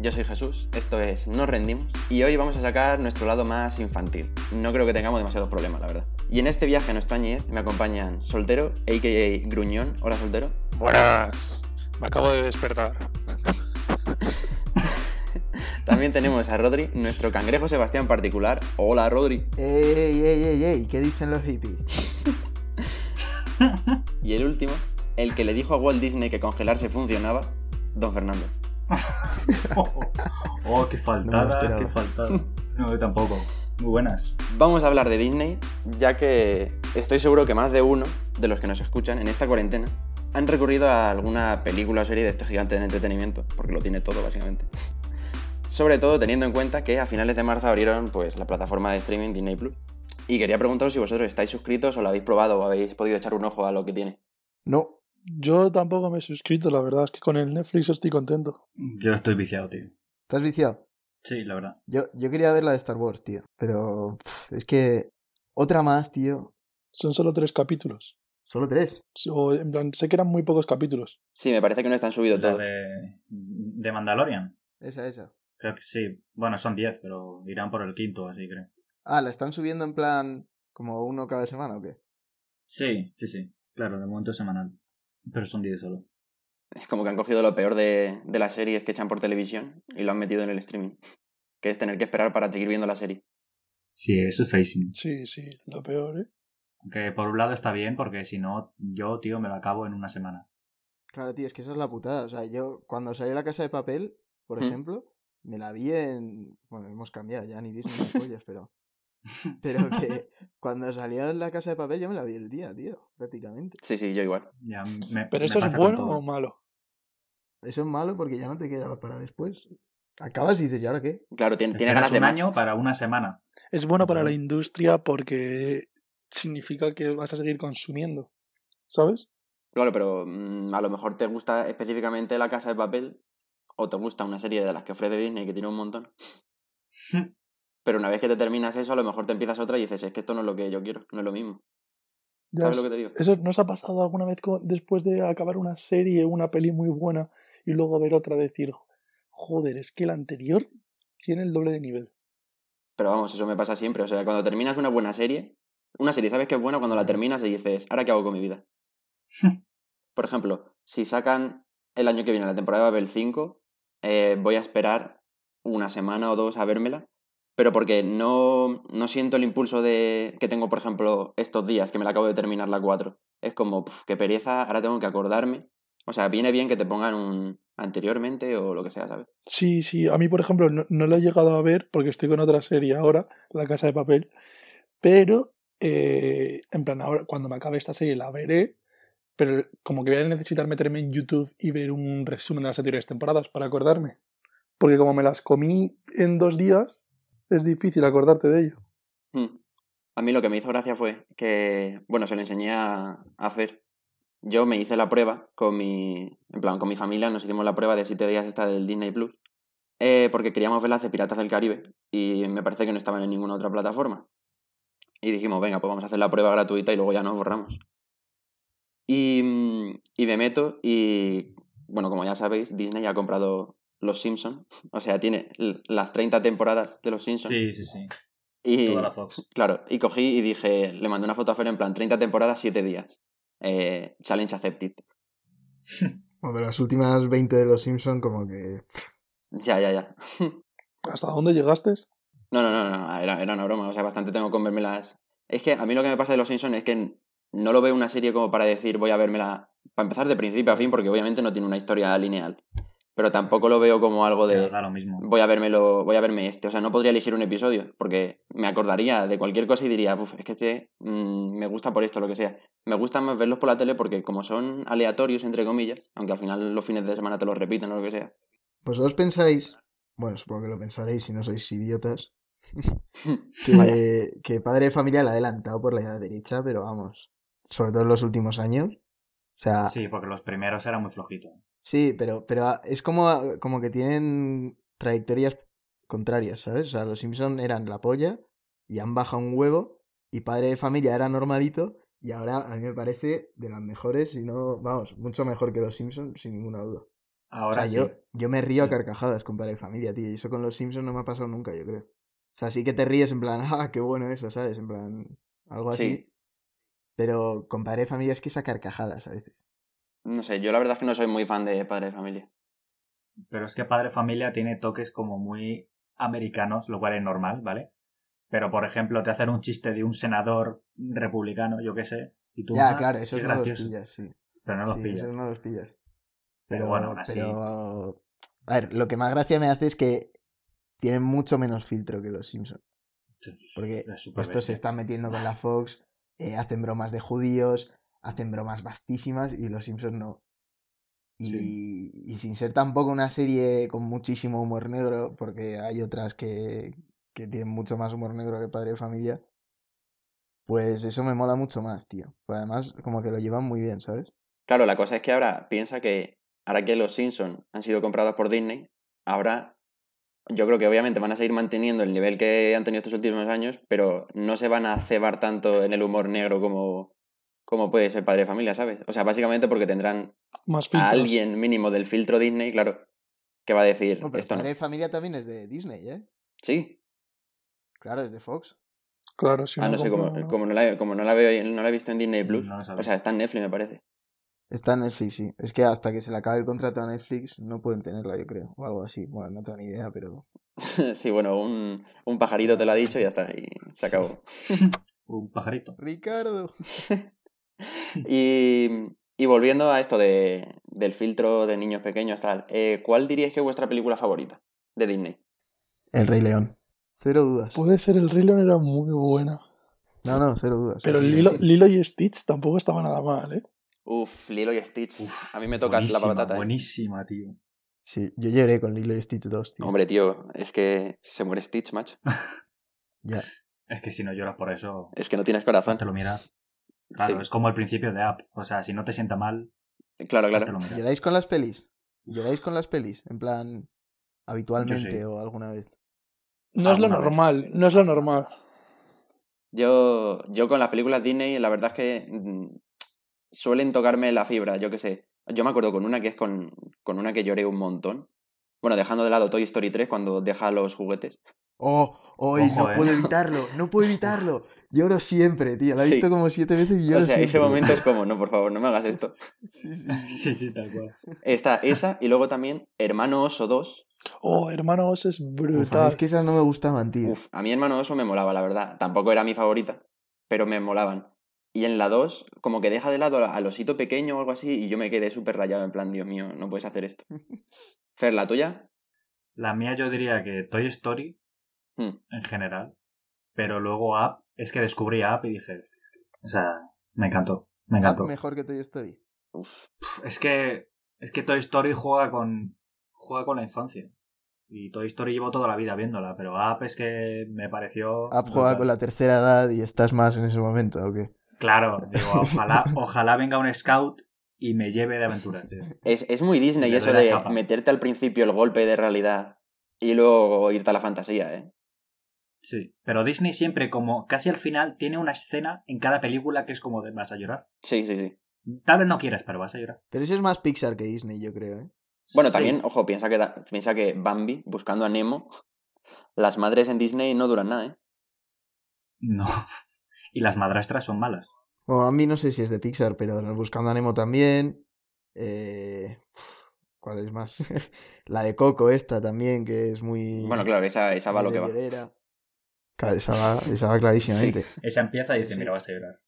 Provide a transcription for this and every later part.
yo soy Jesús, esto es Nos Rendimos y hoy vamos a sacar nuestro lado más infantil. No creo que tengamos demasiados problemas, la verdad. Y en este viaje a nuestra añez me acompañan Soltero, a.k.a. Gruñón. Hola, Soltero. Buenas, me acabo de despertar. También tenemos a Rodri, nuestro cangrejo Sebastián particular. Hola, Rodri. Ey, ey, ey, ey, ¿qué dicen los hippies? Y el último, el que le dijo a Walt Disney que congelarse funcionaba, Don Fernando. Oh, oh, qué No me lo faltada, esperaba. qué faltada. No, yo tampoco. Muy buenas. Vamos a hablar de Disney, ya que estoy seguro que más de uno de los que nos escuchan en esta cuarentena han recurrido a alguna película o serie de este gigante del entretenimiento, porque lo tiene todo básicamente. Sobre todo teniendo en cuenta que a finales de marzo abrieron pues, la plataforma de streaming Disney Plus. Y quería preguntaros si vosotros estáis suscritos o lo habéis probado o habéis podido echar un ojo a lo que tiene. No, yo tampoco me he suscrito, la verdad es que con el Netflix estoy contento. Yo estoy viciado, tío. ¿Estás viciado? Sí, la verdad. Yo, yo quería ver la de Star Wars, tío, pero pff, es que otra más, tío. Son solo tres capítulos. Solo tres. O, en plan, sé que eran muy pocos capítulos. Sí, me parece que no están subidos La todos. de, de Mandalorian. Esa, esa. Creo que sí. Bueno, son 10, pero irán por el quinto, así creo. Ah, ¿la están subiendo en plan como uno cada semana o qué? Sí, sí, sí. Claro, de momento es semanal. Pero son 10 solo. Es como que han cogido lo peor de, de las series que echan por televisión y lo han metido en el streaming. Que es tener que esperar para seguir viendo la serie. Sí, eso es facing. Sí, sí, lo peor, ¿eh? Que por un lado está bien, porque si no, yo, tío, me lo acabo en una semana. Claro, tío, es que esa es la putada. O sea, yo cuando salió La Casa de Papel, por Mm. ejemplo, me la vi en... Bueno, hemos cambiado ya, ni Disney ni pollas, pero... Pero que cuando salió La Casa de Papel yo me la vi el día, tío, prácticamente. Sí, sí, yo igual. Ya me- ¿Pero me eso es pasa con bueno todo. o malo? Eso es malo porque ya no te queda para después. Acabas y dices, ¿y ahora qué? Claro, tiene, tiene Esperas ganas de un más. año para una semana. Es bueno para la industria porque significa que vas a seguir consumiendo, ¿sabes? Claro, pero mm, a lo mejor te gusta específicamente La Casa de Papel o te gusta una serie de las que ofrece Disney que tiene un montón. pero una vez que te terminas eso, a lo mejor te empiezas otra y dices, es que esto no es lo que yo quiero, no es lo mismo. Ya ¿Sabes es- lo que te digo? ¿Eso nos ha pasado alguna vez co- después de acabar una serie, una peli muy buena y luego ver otra decir, joder, es que la anterior tiene el doble de nivel? Pero vamos, eso me pasa siempre. O sea, cuando terminas una buena serie, una serie sabes que es buena cuando la terminas y dices, ¿ahora qué hago con mi vida? Por ejemplo, si sacan el año que viene la temporada de Babel 5, eh, voy a esperar una semana o dos a vérmela. Pero porque no, no siento el impulso de que tengo, por ejemplo, estos días que me la acabo de terminar la 4. Es como, puf, qué pereza, ahora tengo que acordarme. O sea, viene bien que te pongan un anteriormente o lo que sea, ¿sabes? Sí, sí, a mí por ejemplo no, no lo he llegado a ver porque estoy con otra serie ahora, La Casa de Papel, pero eh, en plan ahora cuando me acabe esta serie la veré, pero como que voy a necesitar meterme en YouTube y ver un resumen de las anteriores temporadas para acordarme, porque como me las comí en dos días, es difícil acordarte de ello. Mm. A mí lo que me hizo gracia fue que, bueno, se lo enseñé a a hacer. Yo me hice la prueba con mi, en plan, con mi familia, nos hicimos la prueba de siete días esta del Disney Plus, eh, porque queríamos ver las de Piratas del Caribe y me parece que no estaban en ninguna otra plataforma. Y dijimos, venga, pues vamos a hacer la prueba gratuita y luego ya nos borramos. Y, mm, y me meto y, bueno, como ya sabéis, Disney ha comprado Los Simpson, o sea, tiene l- las 30 temporadas de Los Simpson. Sí, sí, sí. y, Toda la Fox. Claro, y cogí y dije, le mandé una foto a Fer en plan 30 temporadas, 7 días. Eh, challenge accepted. Bueno, pero las últimas 20 de Los Simpson como que... Ya, ya, ya. ¿Hasta dónde llegaste? No, no, no, no, era, era una broma, o sea, bastante tengo con vermelas. Es que a mí lo que me pasa de Los Simpsons es que no lo veo una serie como para decir voy a vérmela, para empezar de principio a fin, porque obviamente no tiene una historia lineal. Pero tampoco lo veo como algo de Da lo mismo. voy a vérmelo, voy a verme este. O sea, no podría elegir un episodio, porque me acordaría de cualquier cosa y diría, "Buf, es que este mm, me gusta por esto, lo que sea. Me gusta más verlos por la tele porque como son aleatorios, entre comillas, aunque al final los fines de semana te los repiten o lo que sea. Vosotros pensáis, bueno, supongo que lo pensaréis si no sois idiotas, Vaya. que, que Padre de Familia la ha adelantado por la edad derecha, pero vamos, sobre todo en los últimos años. O sea, Sí, porque los primeros eran muy flojitos. Sí, pero, pero ah, es como, como que tienen trayectorias contrarias, ¿sabes? O sea, los Simpson eran la polla y han bajado un huevo y Padre de Familia era normalito y ahora a mí me parece de las mejores, si no, vamos, mucho mejor que los Simpson, sin ninguna duda. Ahora o sea, sí. Ah, yo, yo me río a carcajadas con Padre y Familia, tío. Y eso con los Simpsons no me ha pasado nunca, yo creo. O sea, sí que te ríes en plan, ah, qué bueno eso, ¿sabes? En plan, algo así. Sí. Pero con Padre y Familia es que es a carcajadas a veces. No sé, yo la verdad es que no soy muy fan de Padre de Familia. Pero es que Padre Familia tiene toques como muy americanos, lo cual es normal, ¿vale? Pero, por ejemplo, te hacen un chiste de un senador republicano, yo qué sé, y tú... ya, "Ah, claro, qué esos no los gracioso". pillas, sí. Pero no los Sí, pillas. esos no los pillas. Pero bueno, aún así. pero- A ver, lo que más gracia me hace es que tienen mucho menos filtro que los Simpsons. Porque pues Es súper Estos se bestia. están metiendo con la Fox, eh, hacen bromas de judíos, hacen bromas vastísimas y los Simpsons no. Y, y sin ser tampoco una serie con muchísimo humor negro, porque hay otras que, que tienen mucho más humor negro que Padre de Familia, pues eso me mola mucho más, tío. Pues además, como que lo llevan muy bien, ¿sabes? Claro, la cosa es que ahora piensa que ahora que los Simpsons han sido comprados por Disney, ahora yo creo que obviamente van a seguir manteniendo el nivel que han tenido estos últimos años, pero no se van a cebar tanto en el humor negro como, como puede ser Padre de Familia, ¿sabes? O sea, básicamente porque tendrán Más a filtros. alguien mínimo del filtro Disney, claro, que va a decir No, pero esto no. Padre de Familia también es de Disney, ¿eh? Sí. Claro, es de Fox. Claro, si Ah, uno no sé, compra como, uno- como no la, como no la veo, no la he visto en Disney Plus. No lo sabía. Eh, o sea, está en Netflix, me parece. Está en Netflix, sí. Es que hasta que se le acabe el contrato a Netflix no pueden tenerla, yo creo. O algo así. Bueno, no tengo ni idea, pero... sí, bueno, un, un pajarito te lo ha dicho y ya está, y se acabó. Un pajarito. Ricardo. Y, y volviendo a esto de, del filtro de niños pequeños, tal, eh, ¿cuál diríais que es vuestra película favorita de Disney? El Rey León. Cero dudas. Puede ser el Rey León era muy buena. No, no, cero dudas. Pero Lilo, Lilo y Stitch tampoco estaba nada mal, ¿eh? Uf, Lilo y Stitch. Uf, a mí me tocas la Buenísima, patata. eh. Buenísima, tío. Sí, yo lloré con Lilo y Stitch 2, tío. Hombre, tío, es que se muere Stitch, macho. Ya. Es que si no lloras por eso, Es que no tienes corazón. te lo miras. Claro, Sí. es como el principio de App. O sea, si no te sienta mal, Claro, te claro. lo miras. ¿Lloráis con las pelis? ¿Lloráis con las pelis? En plan, habitualmente sí. o alguna vez. No es lo Alguna vez. normal, no es lo normal. Yo, yo con las películas Disney, la verdad es que mm, suelen tocarme la fibra, yo qué sé. Yo me acuerdo con una que es con, con una que lloré un montón. Bueno, dejando de lado Toy Story 3 cuando deja los juguetes. ¡Oh! ¡Hoy Ojo, no eh. puedo evitarlo! ¡No puedo evitarlo! Lloro siempre, tío. La he Sí. visto como siete veces y lloro o sea, siempre. ese momento es como, no, por favor, no me hagas esto. Sí, sí. Sí, sí, tal cual. Está esa y luego también Hermano Oso 2. Oh, hermano Oz es Uf, a mí brutal. es que esas no me gustaban, tío. Uf, a mí Hermano Oso me molaba, la verdad. Tampoco era mi favorita, pero me molaban. Y en la 2, como que deja de lado al osito pequeño o algo así, y yo me quedé súper rayado, en plan, Dios mío, no puedes hacer esto. Fer, ¿la tuya? La mía yo diría que Toy Story Hmm. en general, pero luego App, es que descubrí App y dije, o sea, me encantó, me Ah, encantó. mejor que Toy Story. Uf. Pf, Es que es que Toy Story juega con juega con la infancia. Y Toy Story llevo toda la vida viéndola, pero App es que me pareció App juega brutal. con la tercera edad y estás más en ese momento, ¿o qué? Claro, digo, ojalá ojalá venga un scout y me lleve de aventura, tío. Es, es muy Disney Le eso doy la de chapa. meterte al principio el golpe de realidad y luego irte a la fantasía, ¿eh? Sí, pero Disney siempre como casi al final tiene una escena en cada película que es como de vas a llorar. Sí, sí, sí. Tal vez no quieras, pero vas a llorar. Pero eso es más Pixar que Disney, yo creo, ¿eh? Bueno, Sí. también, ojo, piensa que, da- piensa que Bambi, buscando a Nemo, las madres en Disney no duran nada, ¿eh? No. Y las madrastras son malas. Bueno, a mí no sé si es de Pixar, pero Buscando a Nemo también. Eh... ¿Cuál es más? la de Coco esta también, que es muy... Bueno, claro, esa, esa va muy lo que va. llorera. Claro, esa va, esa va clarísimamente. Esa empieza y dice, Sí. mira, vas a llorar.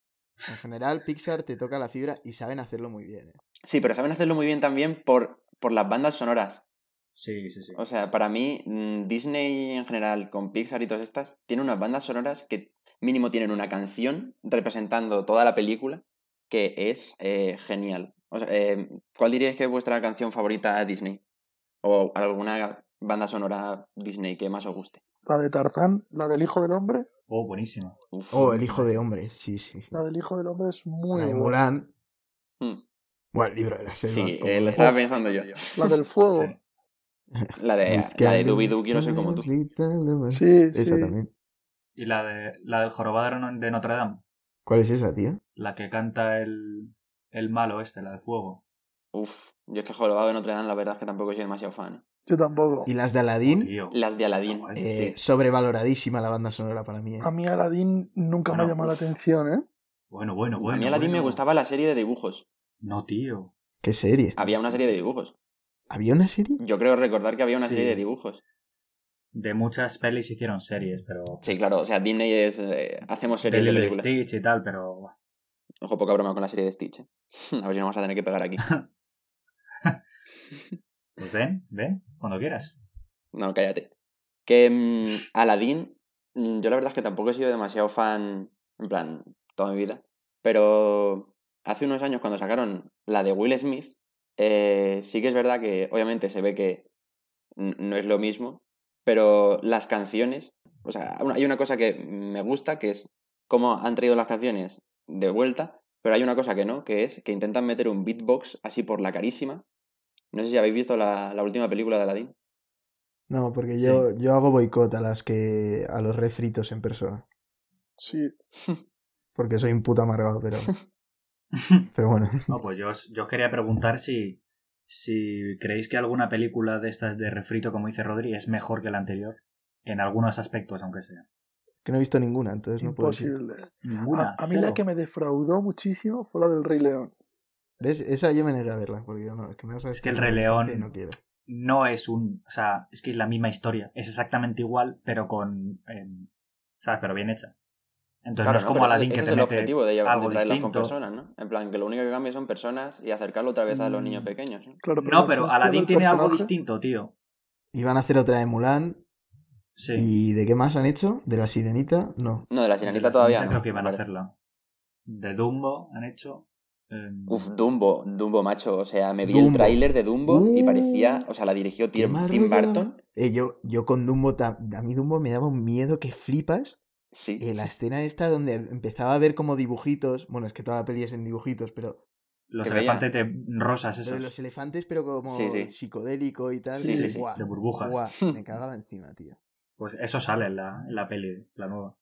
En general, Pixar te toca la fibra y saben hacerlo muy bien. ¿eh? Sí, pero saben hacerlo muy bien también por, por las bandas sonoras. Sí, sí, sí. O sea, para mí, mm, Disney en general, con Pixar y todas estas, tiene unas bandas sonoras que mínimo tienen una canción representando toda la película, que es eh, genial. O sea, eh, ¿Cuál diríais que es vuestra canción favorita de Disney? ¿O alguna banda sonora Disney que más os guste? La de Tarzán, la del Hijo del Hombre. Oh, buenísima. Uf. Oh, El hijo de hombre, sí, sí. La del Hijo del Hombre es muy La de buena. Mulan. Mm. Bueno, el libro de la selva. Sí, como eh, lo de- estaba pensando yo. La del Oh. Fuego. Sí. La de, la de Doobie-Doo, quiero ser como tú. Sí, Esa sí. también. Y la, de, la del jorobado de No- de Notre Dame, ¿Cuál es esa, tío? la que canta el, el malo este, la de fuego. Uf, yo es que Jorobado de Notre Dame, la verdad es que tampoco soy demasiado fan. ¿eh? Yo tampoco. Y las de Aladdin, Oh, Tío. Las de Aladdin, Guay. eh, sí. sobrevaloradísima la banda sonora para mí. eh. A mí Aladdin nunca me Bueno, ha llamado uf. la atención, ¿eh? Bueno, bueno, bueno. a mí Aladdin bueno. me gustaba la serie de dibujos. No, tío. ¿Qué serie? Había una serie de dibujos. ¿Había una serie? Yo creo recordar que había una Sí. serie de dibujos. De muchas pelis hicieron series, pero. Sí, claro, o sea, Disney es. eh, hacemos series de Lilo y películas. Stitch y tal, pero. Ojo, poca broma con la serie de Stitch. ¿eh? A ver si no vamos a tener que pegar aquí. Pues ven, ven, cuando quieras. No, cállate. Que mm, Aladdin, mm, yo la verdad es que tampoco he sido demasiado fan, en plan, toda mi vida. Pero hace unos años cuando sacaron la de Will Smith, eh, sí que es verdad que obviamente se ve que n- no es lo mismo, pero las canciones, o sea, una- hay una cosa que me gusta, que es cómo han traído las canciones de vuelta, pero hay una cosa que no, que es que intentan meter un beatbox así por la carísima. No sé si habéis visto la, la última película de Aladdin. No, porque yo, yo hago boicot a las que a los refritos en persona. Sí. Porque soy un puto amargado, pero. pero bueno. No, pues yo os, yo os quería preguntar si, si creéis que alguna película de estas de refrito, como dice Rodri, es mejor que la anterior. En algunos aspectos, aunque sea. Que no he visto ninguna, Pues entonces no puedo decir. Imposible. Ninguna. a, a mí cero. la que me defraudó muchísimo fue la del Rey León. ¿Ves? Esa yo me negué a verla, porque yo no, es que me vas a decir Es que el una Rey cosa León- no quiero. no es un. O sea, es que es la misma historia. Es exactamente igual, pero con. em, ¿Sabes? Pero bien hecha. Entonces no es como pero Aladdin ese, que ese te es el mete objetivo de, llevar, algo de traerlas distinto. con personas, ¿no? En plan, que lo único que cambia son personas y acercarlo otra vez a los Mm. niños pequeños. ¿no? Claro, No, la pero esencia Aladdin del tiene algo personaje- distinto, tío. Iban a hacer otra de Mulan. Sí. ¿Y de qué más han hecho? ¿De la sirenita? No. No, de la De sirenita la todavía Sirenita no. creo que iban a me parece. hacerla. De Dumbo han hecho. em, Uf, Dumbo, Dumbo, macho. O sea, me vi el Dumbo. tráiler de Dumbo y Uh. parecía... O sea, la dirigió ¿Qué Tim, más Tim rollo daba? Burton. Eh, yo, yo con Dumbo, ta- a mí Dumbo me daba un miedo que flipas. Sí. Eh, la escena esta donde empezaba a ver como dibujitos, bueno, es que toda la peli es en dibujitos, pero los que veía. elefantes de rosas, lo esos. de los elefantes, pero como Sí, sí. psicodélico y tal. Sí, sí, sí, Buah, de burbujas. buah, me cagaba encima, tío. Pues eso sale en la, en la peli, la nueva.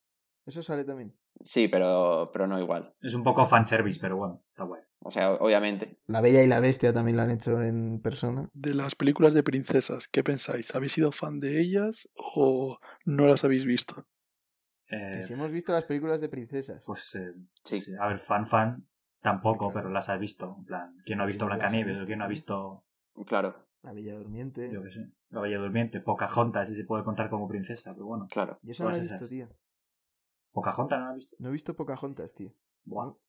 Eso sale también. Sí, pero, pero no igual. Es un poco fanservice, pero bueno, está guay. O sea, o- obviamente. La Bella y la Bestia también lo han hecho en persona. De las películas de princesas, ¿qué pensáis? ¿Habéis sido fan de ellas o no las habéis visto? Eh, Que si hemos visto las películas de princesas. pues, eh, Sí. sí. a ver, fan, fan, tampoco, pero las has visto. En plan, ¿quién no ha visto Sí, las he Blancanieves visto. o quién no ha visto, Claro, La Bella Durmiente. yo qué sé, La Bella Durmiente? Pocahontas, si se puede contar como princesa, pero bueno. claro. Yo eso no la he Todas visto, esas. tío. ¿Pocahontas no la has visto? No he visto Pocahontas, tío. Bueno,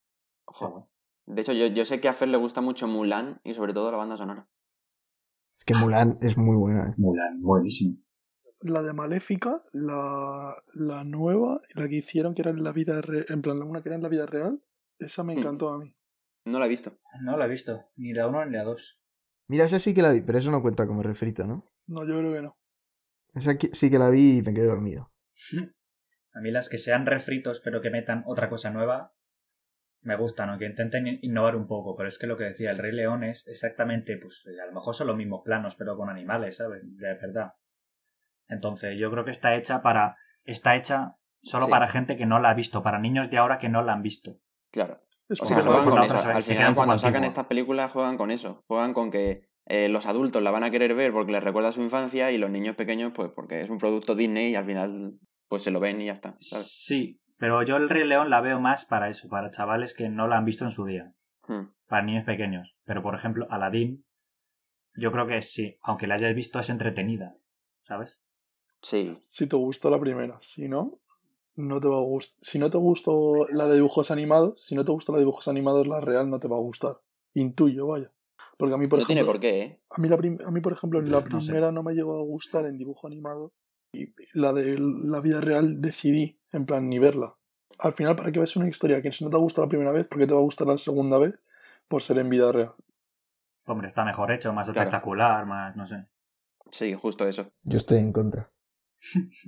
Ojo. De hecho, yo, yo sé que a Fer le gusta mucho Mulan y sobre todo la banda sonora. Es que Mulan es muy buena. eh. Mulan, buenísimo. La de Maléfica, la, la nueva, la que hicieron que era en la vida real, en plan, la una que era en la vida real, esa me Hmm. encantó a mí. No la he visto. No la he visto, ni la 1 ni la 2. Mira, esa sí que la vi, pero eso no cuenta como refrito, ¿no? No, yo creo que no. Esa que- sí que la vi y me quedé dormido. A mí las que sean refritos pero que metan otra cosa nueva me gustan, aunque intenten in- innovar un poco, pero es que lo que decía el Rey León es exactamente, pues a lo mejor son los mismos planos pero con animales, ¿sabes? De verdad. Entonces yo creo que está hecha para... está hecha solo Sí. para gente que no la ha visto, para niños de ahora que no la han visto. Claro. Es O porque sea, no la juegan con cuenta eso. otra vez, Al se queda final, un poco cuando sacan antigua. estas películas, juegan con eso. Juegan con que eh, los adultos la van a querer ver porque les recuerda su infancia y los niños pequeños, pues porque es un producto Disney y al final, pues se lo ven y ya está. ¿sabes? Sí, pero yo el Rey León la veo más para eso, para chavales que no la han visto en su día. Hmm. para niños pequeños. Pero, por ejemplo, Aladdin, yo creo que sí, aunque la hayas visto, es entretenida, ¿sabes? Sí. Si te gustó la primera, si no, no te va a gustar. Si no te gustó la de dibujos animados, si no te gustó la de dibujos animados, la real no te va a gustar. Intuyo, vaya. Porque a mí, por no tiene ejemplo, por qué, ¿eh? a mí, la prim- a mí, por ejemplo, la No sé. primera no, me llegó a gustar en dibujo animado y la de la vida real decidí, en plan, ni verla. Al final, para que veas una historia que si no te gusta la primera vez, ¿por qué te va a gustar la segunda vez? Por ser en vida real. Hombre, está mejor hecho, más Claro. espectacular, más, no sé. Sí, justo eso. Yo estoy en contra.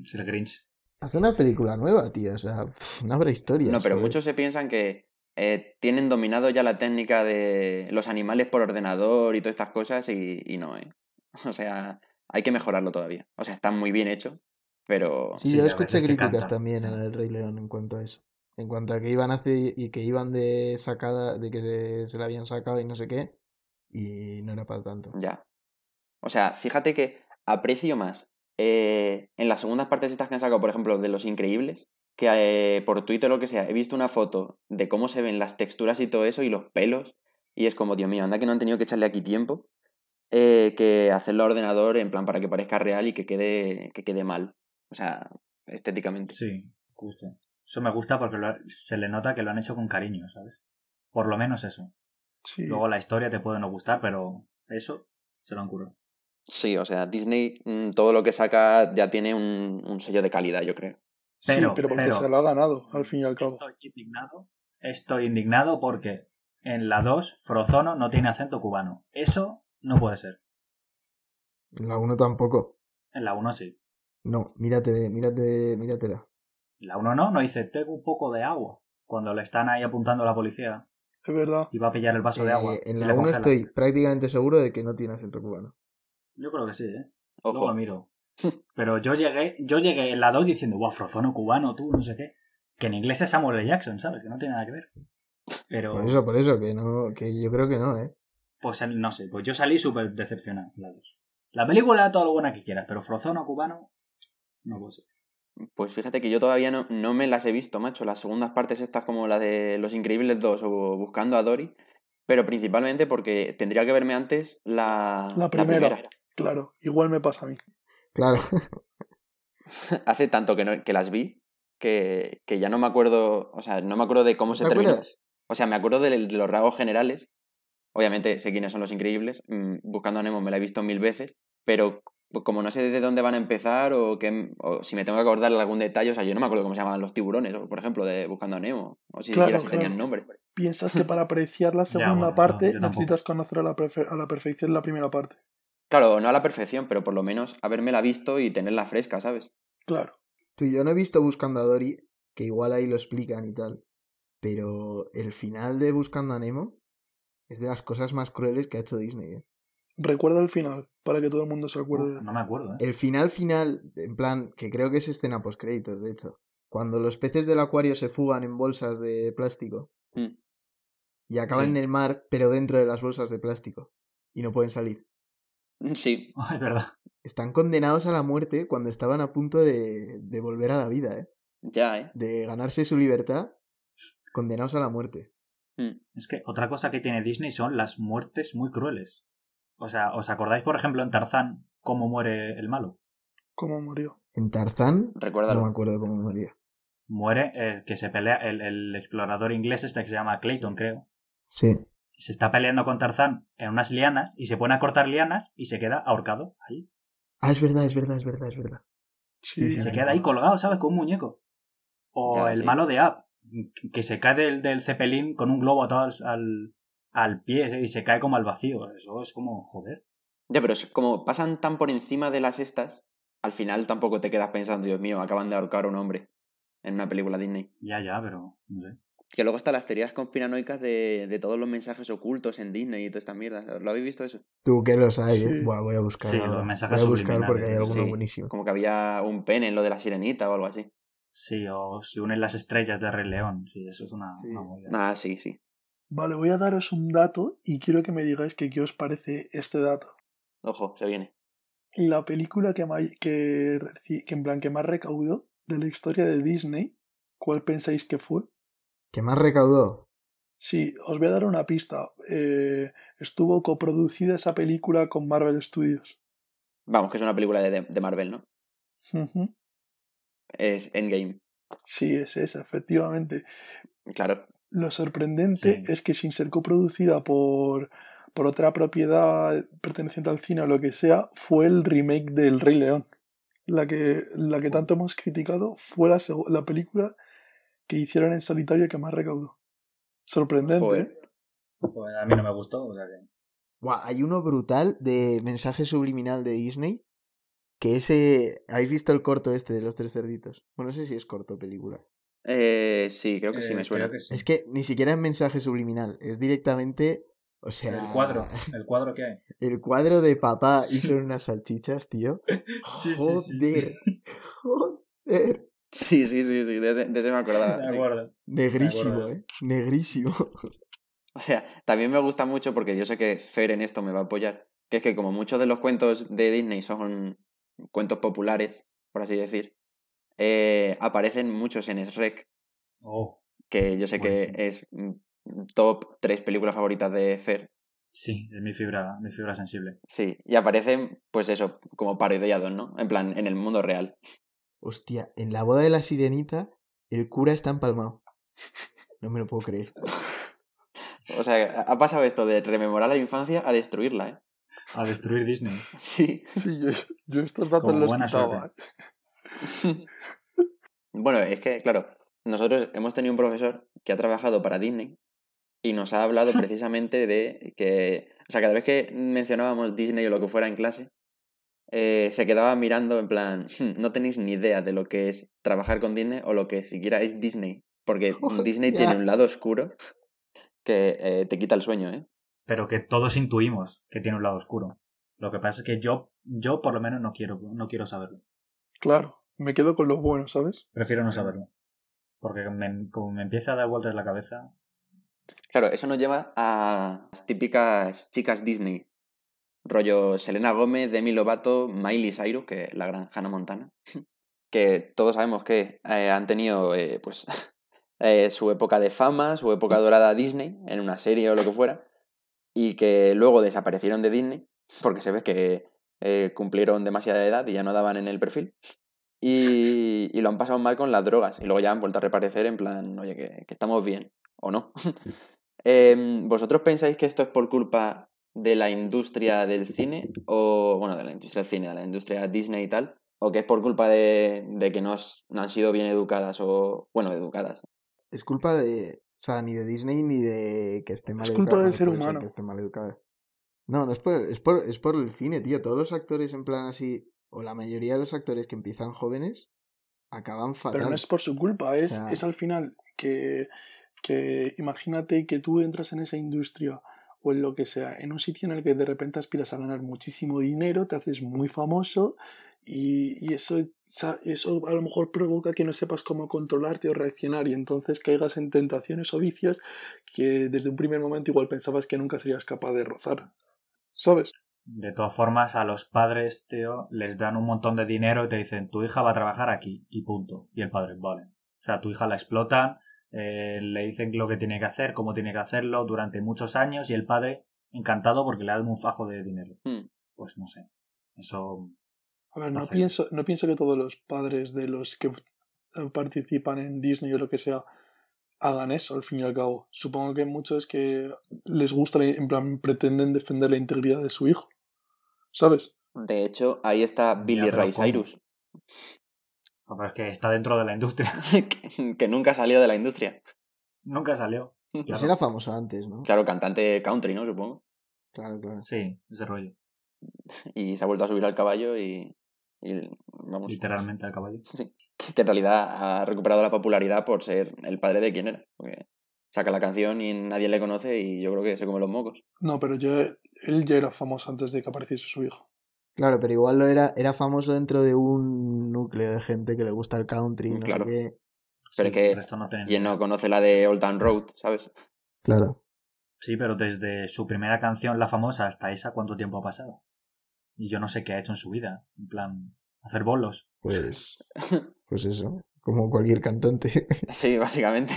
Es el Grinch. Haz una película nueva, tío. O sea, pff, no habrá historia. No, pero joder. muchos se piensan que eh, tienen dominado ya la técnica de los animales por ordenador y todas estas cosas y, y no, ¿eh? O sea, hay que mejorarlo todavía. O sea, está muy bien hecho, pero... Sí, Oh, Sí, yo a escuché veces que críticas canta, también sí. al Rey León en cuanto a eso. En cuanto a que iban a hacer y que iban de sacada, de que se, se la habían sacado y no sé qué. y no era para tanto. Ya. O sea, fíjate que aprecio más eh, en las segundas partes estas que han sacado, por ejemplo, de Los Increíbles, que eh, por Twitter o lo que sea, he visto una foto de cómo se ven las texturas y todo eso y los pelos. Y es como, Dios mío, anda que no han tenido que echarle aquí tiempo. eh, que hacerlo a ordenador en plan para que parezca real y que quede, que quede mal. O sea, estéticamente. Sí, justo. Eso me gusta porque lo ha- se le nota que lo han hecho con cariño, ¿sabes? Por lo menos eso. Sí. Luego la historia te puede no gustar, pero eso se lo han currado. Sí, o sea, Disney mm, todo lo que saca ya tiene un, un sello de calidad, yo creo. Sí, Pero, pero porque pero- se lo ha ganado, al fin y al cabo. Estoy indignado. Estoy indignado porque en la 2 Frozono no tiene acento cubano. Eso no puede ser. La 1 tampoco. En la 1 sí. No, mírate, mírate, míratela. En la 1 no, no dice, tengo un poco de agua. Cuando le están ahí apuntando a la policía Es verdad. y va a pillar el vaso de Eh, agua. y en le la 1 congela. estoy prácticamente seguro de que no tiene acento cubano. Yo creo que sí, ¿eh? Luego lo Ojo, miro. Pero yo llegué, yo llegué en la 2 diciendo, guau, Frozono cubano, tú, no sé qué. Que en inglés es Samuel L. Jackson, ¿sabes? Que no tiene nada que ver. Pero, Por eso, por eso, que no, que yo creo que no, ¿eh? pues en- no sé, pues yo salí súper decepcionado. en La, dos. la película, todo lo buena que quieras, pero Frozono cubano, no puede ser. pues fíjate que yo todavía no, no me las he visto, macho. Las segundas partes estas como la de Los Increíbles 2 o Buscando a Dory. Pero principalmente porque tendría que verme antes la, La primera. Claro, igual me pasa a mí. Claro. Pues, Hace tanto que, no- que las vi que, que ya no me acuerdo, o sea, no me acuerdo de cómo pues, se ¿Te terminó. acuerdas? O sea, me acuerdo del- de, los rasgos generales. Obviamente sé quiénes son los increíbles. mm, Buscando a Nemo me la he visto mil veces. Pero pues, como no sé de dónde van a empezar o, qué- o si me tengo que acordar de algún detalle, o sea, yo no me acuerdo cómo se llamaban los tiburones, o, por ejemplo, de Buscando a Nemo. O si Claro, siquiera si claro. tenían nombre. Piensas que para apreciar la Ya, segunda bueno, no, parte yo tampoco. necesitas conocer a la, perfe- a la perfección la primera parte. Claro, no a la perfección, pero por lo menos habérmela visto y tenerla fresca, ¿sabes? Claro. Tú, yo no he visto Buscando a Dory, que igual ahí lo explican y tal, pero el final de Buscando a Nemo es de las cosas más crueles que ha hecho Disney. ¿eh? Recuerda el final, para que todo el mundo se acuerde. Uf, no me acuerdo, ¿eh? El final final, en plan, que creo que es escena post créditos, de hecho, cuando los peces del acuario se fugan en bolsas de plástico Mm. y acaban Sí. en el mar, pero dentro de las bolsas de plástico y no pueden salir. Sí, Es verdad. Están condenados a la muerte cuando estaban a punto de, de volver a la vida, ¿eh? ya, ¿eh? de ganarse su libertad, condenados a la muerte. Mm. Es que otra cosa que tiene Disney son las muertes muy crueles. O sea, ¿os acordáis, por ejemplo, en Tarzán, cómo muere el malo? ¿Cómo murió? En Tarzán, no me Recuérdalo. acuerdo cómo moría. Muere el que se pelea, el, el explorador inglés este que se llama Clayton, creo. Sí. Se está peleando con Tarzán en unas lianas y se pone a cortar lianas y se queda ahorcado ahí. Ah, es verdad, es verdad, es verdad, es verdad. Sí, Sí, Se sí. queda ahí colgado, ¿sabes? Con un muñeco. O Ya, el sí. malo de App, que se cae del, del cepelín con un globo atado al- al, al pie y se cae como al vacío. Eso es como, joder. Ya, pero es como pasan tan por encima de las estas, al final tampoco te quedas pensando, Dios mío, acaban de ahorcar a un hombre en una película Disney. Ya, ya, pero no sé. Que luego están las teorías conspiranoicas de, de todos los mensajes ocultos en Disney y todas estas mierdas. ¿Lo habéis visto eso? Tú que los hay, ¿eh? Sí. Buah, voy a buscar. Sí, ahora. los mensajes voy a buscar subliminales, porque hay alguno sí. buenísimo. Como que había un pene en lo de la sirenita o algo así. Sí, o si unen las estrellas de Rey León. Sí, eso es una, Sí. una movida. Ah, sí, sí. Vale, voy a daros un dato y quiero que me digáis que qué os parece este dato. Ojo, se viene. La película que, mai- que, reci- que en plan que más recaudó de la historia de Disney, ¿cuál pensáis que fue? ¿Qué más recaudó? Sí, os voy a dar una pista. Eh, estuvo coproducida esa película con Marvel Studios. Vamos, que es una película de, de Marvel, ¿no? Ujú. Es Endgame, Sí, es esa, efectivamente. claro. Lo sorprendente Sí. es que sin ser coproducida por, por otra propiedad perteneciente al cine o lo que sea, fue el remake del Rey León. La que, la que tanto hemos criticado fue la, seg- la película que hicieron en solitario que más recaudó. Sorprendente. Joder. ¿eh? Pues a mí no me gustó, o sea que... Buah, hay uno brutal de mensaje subliminal de Disney. Que ese. ¿Habéis visto el corto este de los tres cerditos? Bueno, no sé si es corto o película. Eh, sí, creo que sí Eh, me suena. creo que sí. Es que ni siquiera es mensaje subliminal, es directamente. O sea. El cuadro, el cuadro que hay. El cuadro de papá Sí. hizo unas salchichas, tío. Sí, sí, sí. Joder. Joder. Ah, Sí, sí, sí, sí, de ese, de ese me acordaba. De sí. acuerdo. Negrísimo, acuerdo. eh. Negrísimo. O sea, también me gusta mucho porque yo sé que Fer en esto me va a apoyar, que es que como muchos de los cuentos de Disney son cuentos populares, por así decir, eh, aparecen muchos en Shrek, Oh, que yo sé que es mm, top tres películas favoritas de Fer. sí, es mi fibra, mi fibra sensible. Sí, y aparecen, pues eso, como parodiados, ¿no? En plan, en el mundo real. Hostia, en la boda de la sirenita, el cura está empalmado. No me lo puedo creer. O sea, ha pasado esto de rememorar la infancia a destruirla, ¿eh? A destruir Disney. Sí. Sí, yo, yo estos datos Como los buena quitaba. suerte. Bueno, es que, claro, nosotros hemos tenido un profesor que ha trabajado para Disney y nos ha hablado precisamente de que, o sea, cada vez que mencionábamos Disney o lo que fuera en clase, eh, se quedaba mirando en plan, "Hmm, no tenéis ni idea de lo que es trabajar con Disney o lo que siquiera es Disney, porque Disney Hostia. tiene un lado oscuro que eh, te quita el sueño, ¿eh? Pero que todos intuimos que tiene un lado oscuro. Lo que pasa es que yo, yo por lo menos no quiero, no quiero saberlo. Claro, me quedo con los buenos, ¿sabes? Prefiero no saberlo. Porque me- como me empieza a dar vueltas la cabeza, Claro, eso nos lleva a las típicas chicas Disney. Rollo Selena Gómez, Demi Lovato, Miley Cyrus, que la gran Hannah Montana. Que todos sabemos que eh, han tenido eh, pues, eh, su época de fama, su época dorada Disney, en una serie o lo que fuera. Y que luego desaparecieron de Disney, porque se ve que eh, cumplieron demasiada edad y ya no daban en el perfil. Y, y lo han pasado mal con las drogas. Y luego ya han vuelto a reparecer en plan, oye, que- que estamos bien. ¿O no? Em, ¿Vosotros pensáis que esto es por culpa de la industria del cine? O, bueno, de la industria del cine, de la industria Disney y tal. ¿O que es por culpa de, de que no, s- no han sido bien educadas o, bueno, educadas? Es culpa de. O sea, ni de Disney ni de que esté mal Es culpa educada, del ser puede ser humano. que esté mal educada. No, no es por, es, por, es por el cine, tío. Todos los actores, en plan así, o la mayoría de los actores que empiezan jóvenes, acaban fatal. Pero no es por su culpa, es, Claro. es al final que, que imagínate que tú entras en esa industria o en lo que sea, en un sitio en el que de repente aspiras a ganar muchísimo dinero, te haces muy famoso y, y eso, sa- eso a lo mejor provoca que no sepas cómo controlarte o reaccionar y entonces caigas en tentaciones o vicios que desde un primer momento igual pensabas que nunca serías capaz de rozar. ¿Sabes? de todas formas a los padres, tío, les dan un montón de dinero y te dicen, tu hija va a trabajar aquí y punto. Y el padre, vale. O sea, tu hija la explotan, eh, le dicen lo que tiene que hacer, cómo tiene que hacerlo durante muchos años y el padre encantado porque le dan un fajo de dinero. Hmm. Pues no sé. Eso A ver, no Hacer. pienso, no pienso que todos los padres de los que eh, participan en Disney o lo que sea hagan eso, al fin y al cabo. Supongo que muchos que les gusta, la- en plan, pretenden defender la integridad de su hijo. ¿Sabes? De hecho, ahí está Ya, Billy pero Ray ¿cómo? Cyrus, pero es que está dentro de la industria. que, que nunca salió de la industria. Nunca salió. Pues Claro. era famosa antes, ¿no? Claro, cantante country, ¿no? Supongo. Claro, claro. Sí, ese rollo. Y se ha vuelto a subir al caballo y, y, vamos, Literalmente al caballo. que en realidad ha recuperado la popularidad por ser el padre de quien era. Porque saca la canción y nadie le conoce y yo creo que se come los mocos. No, pero yo, él ya era famoso antes de que apareciese su hijo. Claro, pero igual lo era, era famoso dentro de un núcleo de gente que le gusta el country, Mm, no sé claro. qué. Pero Sí, es que el resto no tiene Quien no conoce la de Old Town Road, ¿sabes? Claro. Sí, pero desde su primera canción, la famosa, hasta esa, ¿cuánto tiempo ha pasado? Y yo no sé qué ha hecho en su vida. En plan, hacer bolos. Pues, pues eso, como cualquier cantante. Sí, básicamente.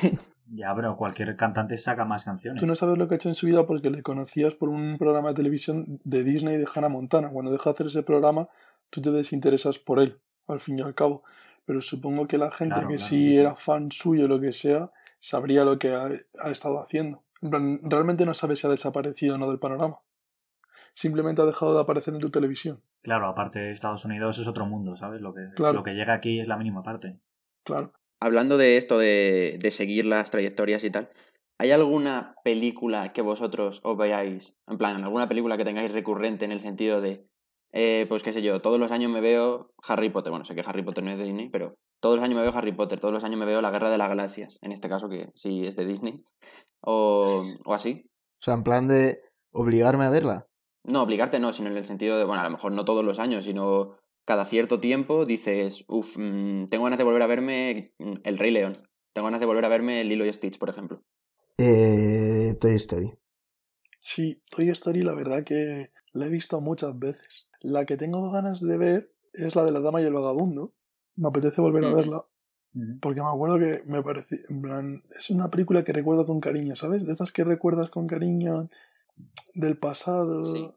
Ya, pero cualquier cantante saca más canciones. Tú no sabes lo que ha hecho en su vida porque le conocías por un programa de televisión de Disney de Hannah Montana. Cuando deja de hacer ese programa, tú te desinteresas por él, al fin y al cabo. Pero supongo que la gente Claro, que claro. si era fan suyo o lo que sea, sabría lo que ha, ha estado haciendo. En plan, realmente no sabes si ha desaparecido o no del panorama. Simplemente ha dejado de aparecer en tu televisión. Claro, aparte de Estados Unidos es otro mundo, ¿sabes? Lo que, Claro. lo que llega aquí es la mínima parte. Claro. Hablando de esto de, de seguir las trayectorias y tal, ¿hay alguna película que vosotros os veáis, en plan, alguna película que tengáis recurrente en el sentido de, eh, pues qué sé yo, todos los años me veo Harry Potter, bueno, sé que Harry Potter no es de Disney, pero todos los años me veo Harry Potter, todos los años me veo La Guerra de las Galaxias, en este caso que sí es de Disney, o, o así. O sea, en plan de obligarme a verla. No, obligarte no, sino en el sentido de, bueno, a lo mejor no todos los años, sino cada cierto tiempo dices, uff, tengo ganas de volver a verme mm, El Rey León, tengo ganas de volver a verme Lilo y Stitch, por ejemplo. Eh, de Toy Story. Sí, Toy Story la verdad que la he visto muchas veces. La que tengo ganas de ver es la de la dama y el vagabundo. Me apetece volver a verla. Porque me acuerdo que me pareció, en plan, es una película que recuerdo con cariño, ¿sabes? De esas que recuerdas con cariño del pasado. Sí.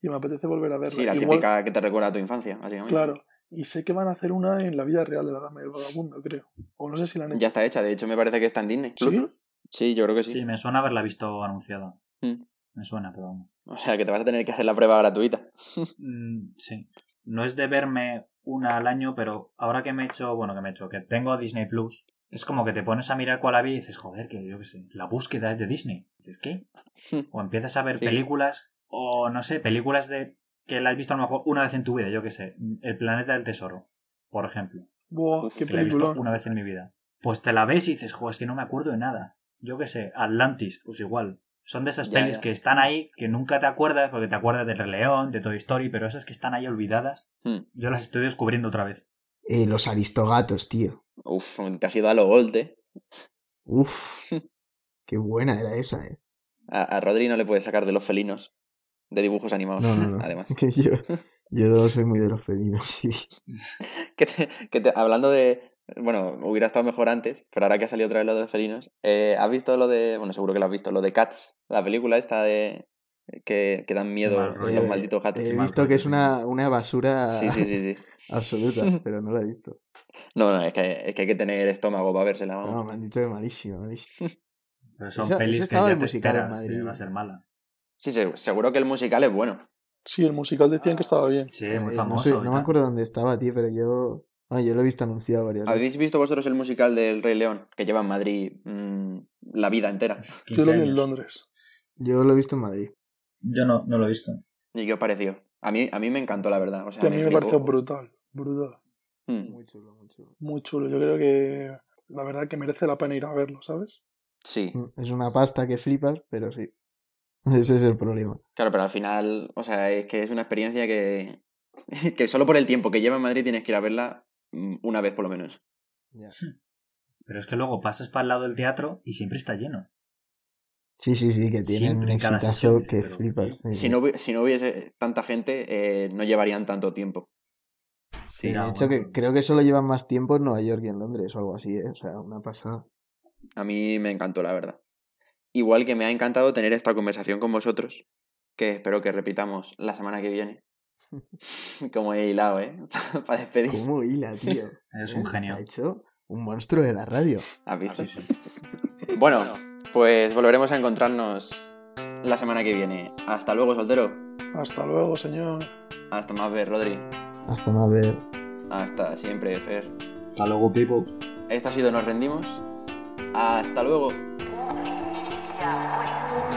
Y me apetece volver a verla. Sí, la Igual- típica que te recuerda a tu infancia, básicamente. Claro. Y sé que van a hacer una en la vida real de la dama y el vagabundo, creo. O no sé si la han hecho. Ya está hecha, de hecho me parece que está en Disney. ¿Sí? Sí, yo creo que sí. Sí, me suena haberla visto anunciada. Mm. Me suena, pero vamos. O sea, que te vas a tener que hacer la prueba gratuita. Mm, sí. No es de verme una al año, pero ahora que me he hecho, bueno, que me he hecho, que tengo Disney Plus, es como que te pones a mirar cuál había y dices, joder, que yo qué sé, la búsqueda es de Disney. Dices, ¿qué? O empiezas a ver Sí. películas, o no sé, películas de que la has visto a lo mejor una vez en tu vida, yo qué sé, El planeta del tesoro, por ejemplo, Buah, Uf, qué que la he visto película. una vez en mi vida. Pues te la ves y dices, joder, es que no me acuerdo de nada. Yo qué sé, Atlantis, pues igual. Son de esas Ya, pelis ya. que están ahí, que nunca te acuerdas, porque te acuerdas del Rey León, de Toy Story, pero esas que están ahí olvidadas, Hmm. yo las estoy descubriendo otra vez. Eh, los Aristogatos, tío. Uf, te has ido a lo golte. Uf. Qué buena era esa, eh. A, a Rodri no le puedes sacar de los felinos. De dibujos animados, No, no, no. además. Que yo, yo soy muy de los felinos, sí. Que te- que te- hablando de. Bueno, hubiera estado mejor antes, pero ahora que ha salido otra vez lo de felinos. eh, ¿Has visto lo de. Bueno, seguro que lo has visto, lo de Cats, la película esta de. que, que dan miedo Mal rollo, los eh, malditos gatos. He mal visto que es rollo, una, una basura Sí, sí, sí, sí. absoluta, pero no la he visto. No, no, es que, es que hay que tener estómago para vérsela. vamos. No, me han dicho que malísima, malísima. Pero son Eso- pelis eso que estaba ya el te musical en esperas que Madrid. va a ser mala. Sí, se- seguro que el musical es bueno. Sí, el musical decían que estaba bien. Sí, Eh, muy no, famoso. sé, y no me tal. acuerdo dónde estaba, tío, pero yo. Ah, yo lo he visto anunciado varias veces. ¿Habéis visto vosotros el musical del Rey León? Que lleva en Madrid mm, la vida entera. 15 Yo lo vi en años. Londres. Yo lo he visto en Madrid. Yo no, no lo he visto. ¿Y qué os pareció? A mí, a mí me encantó, la verdad. O sea, Que a mí me flipó. pareció brutal. Brutal. Mm, Muy chulo, muy chulo. Muy chulo. Yo creo que la verdad que merece la pena ir a verlo, ¿sabes? Sí, Es una pasta que flipas, pero sí. Ese es el problema. claro, pero al final, o sea, es que es una experiencia que, que solo por el tiempo que lleva en Madrid tienes que ir a verla mm, una vez por lo menos. Hmm. Pero es que luego pasas para el lado del teatro y siempre está lleno. Sí, sí, sí, que tienen Siempre un en cada exitazo sesión, que pero- flipas. Si sí, sí. no, hubi- si no hubiese tanta gente, eh, no llevarían tanto tiempo. Sí, Sí, ya, de hecho, bueno. que creo que solo llevan más tiempo en Nueva York y en Londres o algo así, ¿eh? O sea, una pasada. A mí me encantó, la verdad. Igual que me ha encantado tener esta conversación con vosotros, que espero que repitamos la semana que viene. Como he hilado, ¿eh? Para despedir. ¿Cómo hila, tío? ¿Eh? Sí. Eres un Está genio. hecho un monstruo de la radio. ¿Has visto? Ah, Sí, sí. Bueno, pues volveremos a encontrarnos la semana que viene. Hasta luego, soltero. Hasta luego, señor. Hasta más ver, Rodri. Hasta más ver. Hasta siempre, Fer. Hasta luego, people. Esto ha sido Nos Rendimos. Hasta luego. Yeah, wait.